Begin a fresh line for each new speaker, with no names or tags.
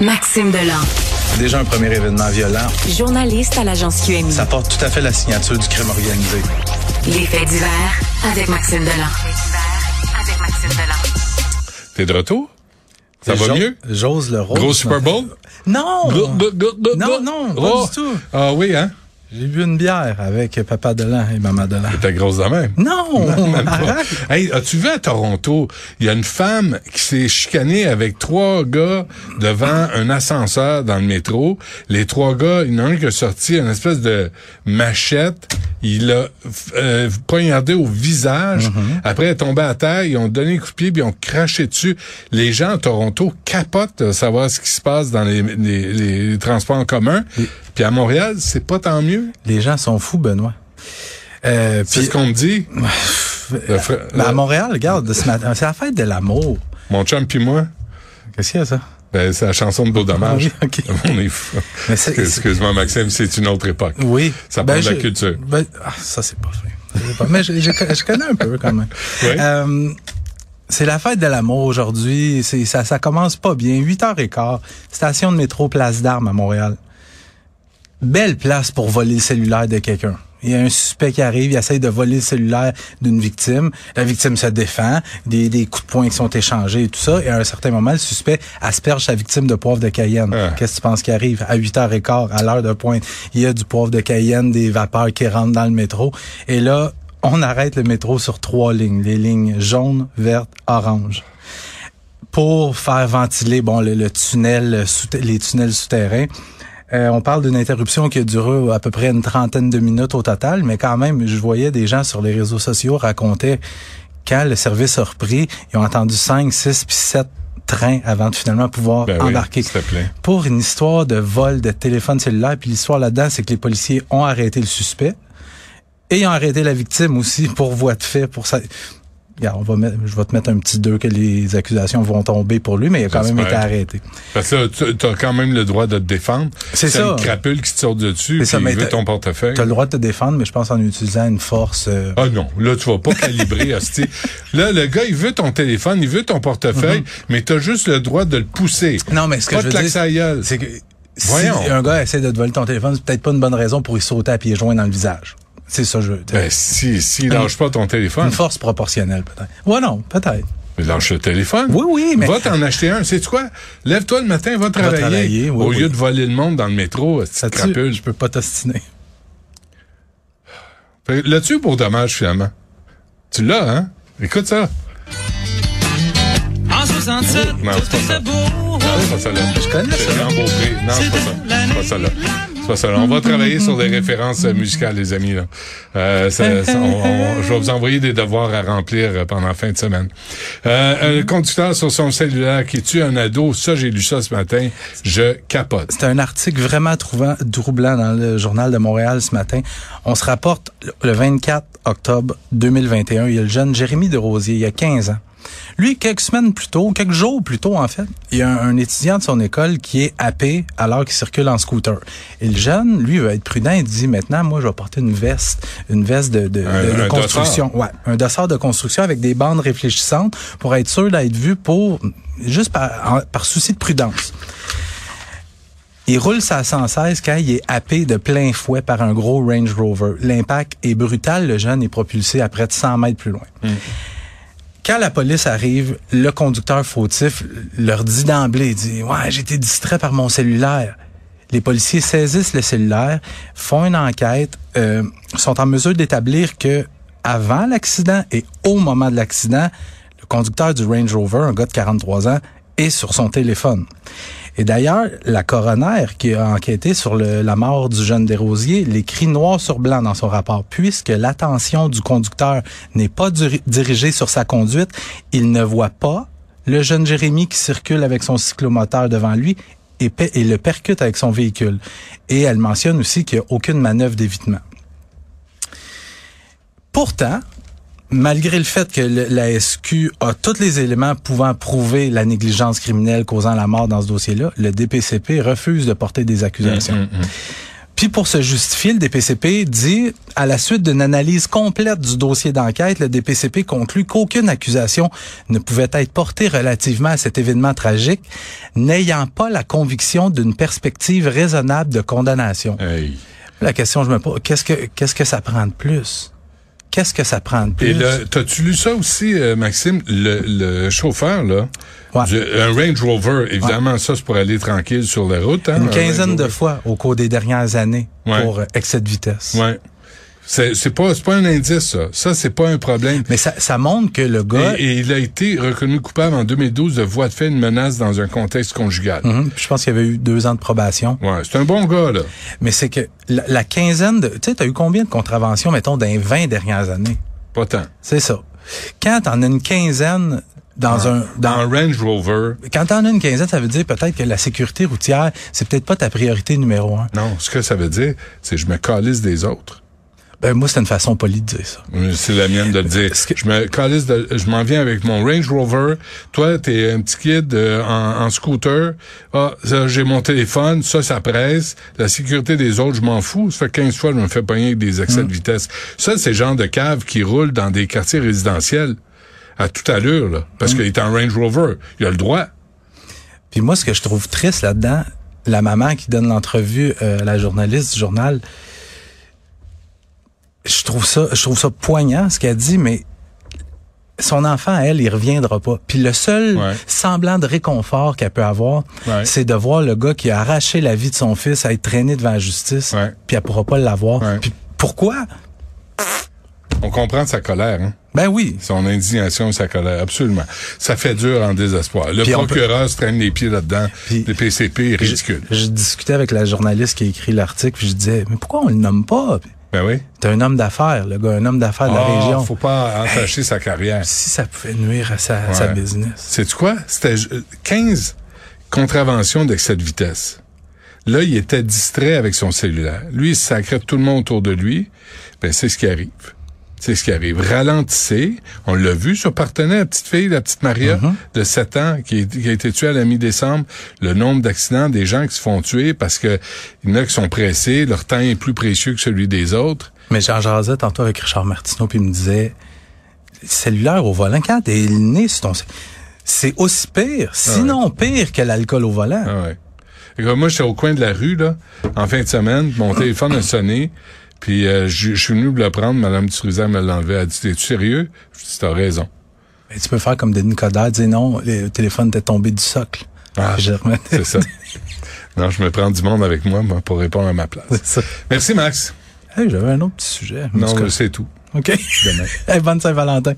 Maxime Delan.
Déjà un premier événement violent.
Journaliste à l'agence QMI.
Ça porte tout à fait la signature du crime organisé.
Les faits divers avec Maxime Delan. avec Maxime Delan.
T'es de retour? Ça
Et
va
Jo-
mieux?
J'ose le rose.
Gros Super Bowl?
Non!
Go, go, go, go,
Non,
go.
non, pas
Oh.
du tout.
Ah oui, hein?
J'ai bu une bière avec Papa Delan et Maman Delan.
T'es grosse de même.
Non!
Même pas.
Arrête.
Hey, as-tu vu à Toronto, il y a une femme qui s'est chicanée avec trois gars devant un ascenseur dans le métro. Les trois gars, il y en a un qui a sorti une espèce de machette. Il l'a euh, poignardé au visage.
Mm-hmm.
Après, elle est tombée à terre. Ils ont donné un coup de pied, puis ils ont craché dessus. Les gens à Toronto capotent de savoir ce qui se passe dans les, les- les transports en commun. Puis à Montréal, c'est pas tant mieux.
Les gens sont fous, Benoît. Euh,
C'est
puis-
ce qu'on me dit. Le fra-
Ben, à Montréal, regarde, ce matin, c'est la fête de l'amour.
Mon chum puis moi,
Qu'est-ce qu'il y a, ça?
ben, c'est la chanson de Beau Dommage.
Ah oui, ok.
On est fou.
Mais c'est-
Excuse-moi, Maxime, c'est une autre époque.
Oui.
Ça parle de la
je-
culture.
ben, ah, ça, c'est pas vrai. Ça, c'est pas- Mais je, je- je connais un peu quand même.
Oui.
Euh, c'est la fête de l'amour aujourd'hui. C'est- Ça, ça commence pas bien. 8h15, station de métro Place d'Armes à Montréal. Belle place pour voler le cellulaire de quelqu'un. Il y a un suspect qui arrive, il essaye de voler le cellulaire d'une victime. La victime se défend, des, des coups de poing qui sont échangés et tout ça. Et à un certain moment, le suspect asperge sa victime de poivre de Cayenne.
Ah.
Qu'est-ce que tu penses qui arrive? À 8h15, à l'heure de pointe, il y a du poivre de Cayenne, des vapeurs qui rentrent dans le métro. Et là, on arrête le métro sur trois lignes. Les lignes jaune, verte, orange pour faire ventiler bon le, le tunnel euh, sous- les tunnels souterrains. Euh, on parle d'une interruption qui a duré à peu près une trentaine de minutes au total, mais quand même, je voyais des gens sur les réseaux sociaux raconter quand le service a repris, ils ont entendu 5, 6 puis 7 trains avant de finalement pouvoir
Ben oui,
embarquer.
s'il te plaît.
Pour une histoire de vol de téléphone cellulaire, puis l'histoire là-dedans, c'est que les policiers ont arrêté le suspect et ils ont arrêté la victime aussi pour voie de fait pour ça. Regarde, on va mettre, je vais te mettre un petit 2 que les accusations vont tomber pour lui, mais il a quand même été
J'espère.
arrêté.
Parce que là, tu- t'as quand même le droit de te défendre.
C'est
T'as
ça.
une crapule qui te sort de dessus, puis
ça, mais
il veut
t'as-
ton portefeuille.
Tu as le droit de te défendre, mais je pense en utilisant une force. euh,
Ah non, là tu vas pas calibrer, hostie. Là le gars il veut ton téléphone, il veut ton portefeuille, mais t'as juste le droit de le pousser.
Mhm. Non, mais ce que je
Pas de
veux
claque
dire,
sa gueule.
c'est que si
Voyons.
un gars essaie de te voler ton téléphone, c'est peut-être pas une bonne raison pour y sauter à pieds joints dans le visage. C'est ça, je veux dire.
Ben si, si, lâche pas ton téléphone.
une force proportionnelle, peut-être. Ouais, non, peut-être.
Mais lâche le téléphone.
Oui, oui, mais-
Va t'en acheter un. C'est quoi? Lève-toi le matin, va travailler.
travailler, oui,
Au
oui.
lieu de voler le monde dans le métro,
Ça
petite
tue,
crapule.
je peux pas t'ostiner.
Fait que L'as-tu eu pour dommage, finalement? Tu l'as, hein? Écoute ça.
En 67,
Non, c'est pas
tout
ça.
était beau.
C'est pas ça, là. Je
connais ça.
Non, c'est pas ça. C'est pas ça, là. C'est pas ça, là. On va travailler sur des références euh, musicales, les amis, là. Euh, ça- ça- on- on- je vais vous envoyer des devoirs à remplir euh, pendant la fin de semaine. Euh, un conducteur sur son cellulaire qui tue un ado, ça, j'ai lu ça ce matin. Je capote.
C'est un article vraiment trouvant, troublant dans le journal de Montréal ce matin. On se rapporte le 24 octobre 2021. Il y a le jeune Jérémy Desrosiers, il y a 15 ans. Lui, quelques semaines plus tôt, quelques jours plus tôt en fait, il y a un, un étudiant de son école qui est happé alors qu'il circule en scooter. Et le jeune, lui, veut être prudent. Il dit maintenant, moi, je vais porter une veste, une veste de, de-
Un-
de- de
un
construction. Ouais, un dossard de construction avec des bandes réfléchissantes pour être sûr d'être vu pour juste par, en- par souci de prudence. Il roule sa 116 quand il est happé de plein fouet par un gros Range Rover. L'impact est brutal. Le jeune est propulsé à près de 100 mètres plus loin. Quand la police arrive, le conducteur fautif leur dit d'emblée, il dit, ouais, j'ai été distrait par mon cellulaire. Les policiers saisissent le cellulaire, font une enquête, euh, sont en mesure d'établir que avant l'accident et au moment de l'accident, le conducteur du Range Rover, un gars de 43 ans, est sur son téléphone. Et d'ailleurs, la coroner qui a enquêté sur le- la mort du jeune Desrosiers l'écrit noir sur blanc dans son rapport. Puisque l'attention du conducteur n'est pas duri- dirigée sur sa conduite, il ne voit pas le jeune Jérémy qui circule avec son cyclomoteur devant lui et, pe- et le percute avec son véhicule. Et elle mentionne aussi qu'il n'y a aucune manœuvre d'évitement. Pourtant, malgré le fait que le- la SQ a tous les éléments pouvant prouver la négligence criminelle causant la mort dans ce dossier-là, le DPCP refuse de porter des accusations. Puis pour se justifier, le DPCP dit, à la suite d'une analyse complète du dossier d'enquête, le DPCP conclut qu'aucune accusation ne pouvait être portée relativement à cet événement tragique, n'ayant pas la conviction d'une perspective raisonnable de condamnation.
Hey.
La question que je me pose, qu'est-ce que qu'est-ce que ça prend de plus Qu'est-ce que ça prend de plus
Et là, t'as-tu lu ça aussi, euh, Maxime? Le, le chauffeur, là,
Ouais.
du- un Range Rover, évidemment, ça, c'est pour aller tranquille sur la route. Hein,
Une
un
quinzaine
Range
de
Rover.
fois au cours des dernières années
Ouais.
pour euh, excès de vitesse.
Ouais. C'est c'est pas, c'est pas un indice, ça. Ça, c'est pas un problème.
Mais ça, ça montre que le gars,
Et, et il a été reconnu coupable en 2012 de voie de fait une menace dans un contexte conjugal.
Mhm, je pense qu'il y avait eu deux ans de probation,
Ouais, c'est un bon gars, là.
mais c'est que la, la quinzaine de... Tu sais, t'as eu combien de contraventions, mettons, dans les 20 dernières années?
Pas tant.
C'est ça. Quand t'en as une quinzaine dans un... Dans,
Dans Range Rover,
quand t'en as une quinzaine, ça veut dire peut-être que la sécurité routière, c'est peut-être pas ta priorité numéro un.
non, ce que ça veut dire, c'est je me calisse des autres.
Ben, moi, c'est une façon polie de dire ça.
C'est la mienne de le dire.
Est-ce que-
Je me calisse de- je m'en viens avec mon Range Rover. Toi, t'es un petit kid euh, en, en scooter. Ah, ça, j'ai mon téléphone. Ça, ça presse. La sécurité des autres, je m'en fous. Ça fait 15 fois que je me fais pogner avec des
Hmm.
excès de vitesse. Ça, c'est le genre de cave qui roule dans des quartiers résidentiels à toute allure, là.
Hmm.
Parce qu'il est en Range Rover. Il a le droit.
Puis moi, ce que je trouve triste là-dedans, la maman qui donne l'entrevue, euh, la journaliste du journal, je trouve ça, je trouve ça poignant ce qu'elle dit, mais son enfant, elle, il reviendra pas. Puis le seul
Ouais.
semblant de réconfort qu'elle peut avoir,
Ouais.
c'est de voir le gars qui a arraché la vie de son fils à être traîné devant la justice,
Ouais.
puis elle pourra pas l'avoir.
Ouais.
Puis pourquoi?
On comprend sa colère, hein.
Ben oui.
Son indignation, sa colère, absolument. Ça fait dur en désespoir. Le
Puis on peut-
procureur se traîne les pieds là-dedans.
Puis-
le PCP est
Je,
ridicule.
je discutais avec la journaliste qui a écrit l'article, puis je disais, mais pourquoi on le nomme pas?
Ben oui.
T'es un homme d'affaires, le gars, un homme d'affaires de la
Ah,
région.
Faut pas entacher sa carrière.
Si ça pouvait nuire à sa, sa business.
C'est quoi? C'était euh, 15 contraventions d'excès de vitesse. Là, il était distrait avec son cellulaire. Lui, il sacrait tout le monde autour de lui. Ben, c'est ce qui arrive. C'est ce qui arrive. Ralentissez. On l'a vu, ça partenait à la petite fille, la petite Maria,
Uh-huh.
de 7 ans, qui, est- qui a été tuée à la mi-décembre. Le nombre d'accidents, des gens qui se font tuer parce que il y en a qui sont pressés, leur temps est plus précieux que celui des autres.
Mais j'en jasais tantôt avec Richard Martineau, puis il me disait, cellulaire au volant, quand t'es le nez sur ton... cell- C'est aussi pire, sinon pire que l'alcool au volant.
Ah ouais. Fait que moi, j'étais au coin de la rue, là, en fin de semaine. Mon téléphone a sonné. Puis euh, je je suis venu le prendre. Madame Dutrisac me l'a enlevé. Elle a dit, t'es-tu sérieux? Je dis, t'as raison.
Mais tu peux faire comme Denis Coderre, dire non, le téléphone était tombé du socle.
Ah.
Puis je remettais
C'est ça. non, je me prends du monde avec moi moi, pour répondre à ma place.
ça.
Merci, Max.
Hey, J'avais un autre petit sujet. mais en
Non,
tout cas,
c'est tout.
OK.
Demain.
Hey, bonne Saint-Valentin.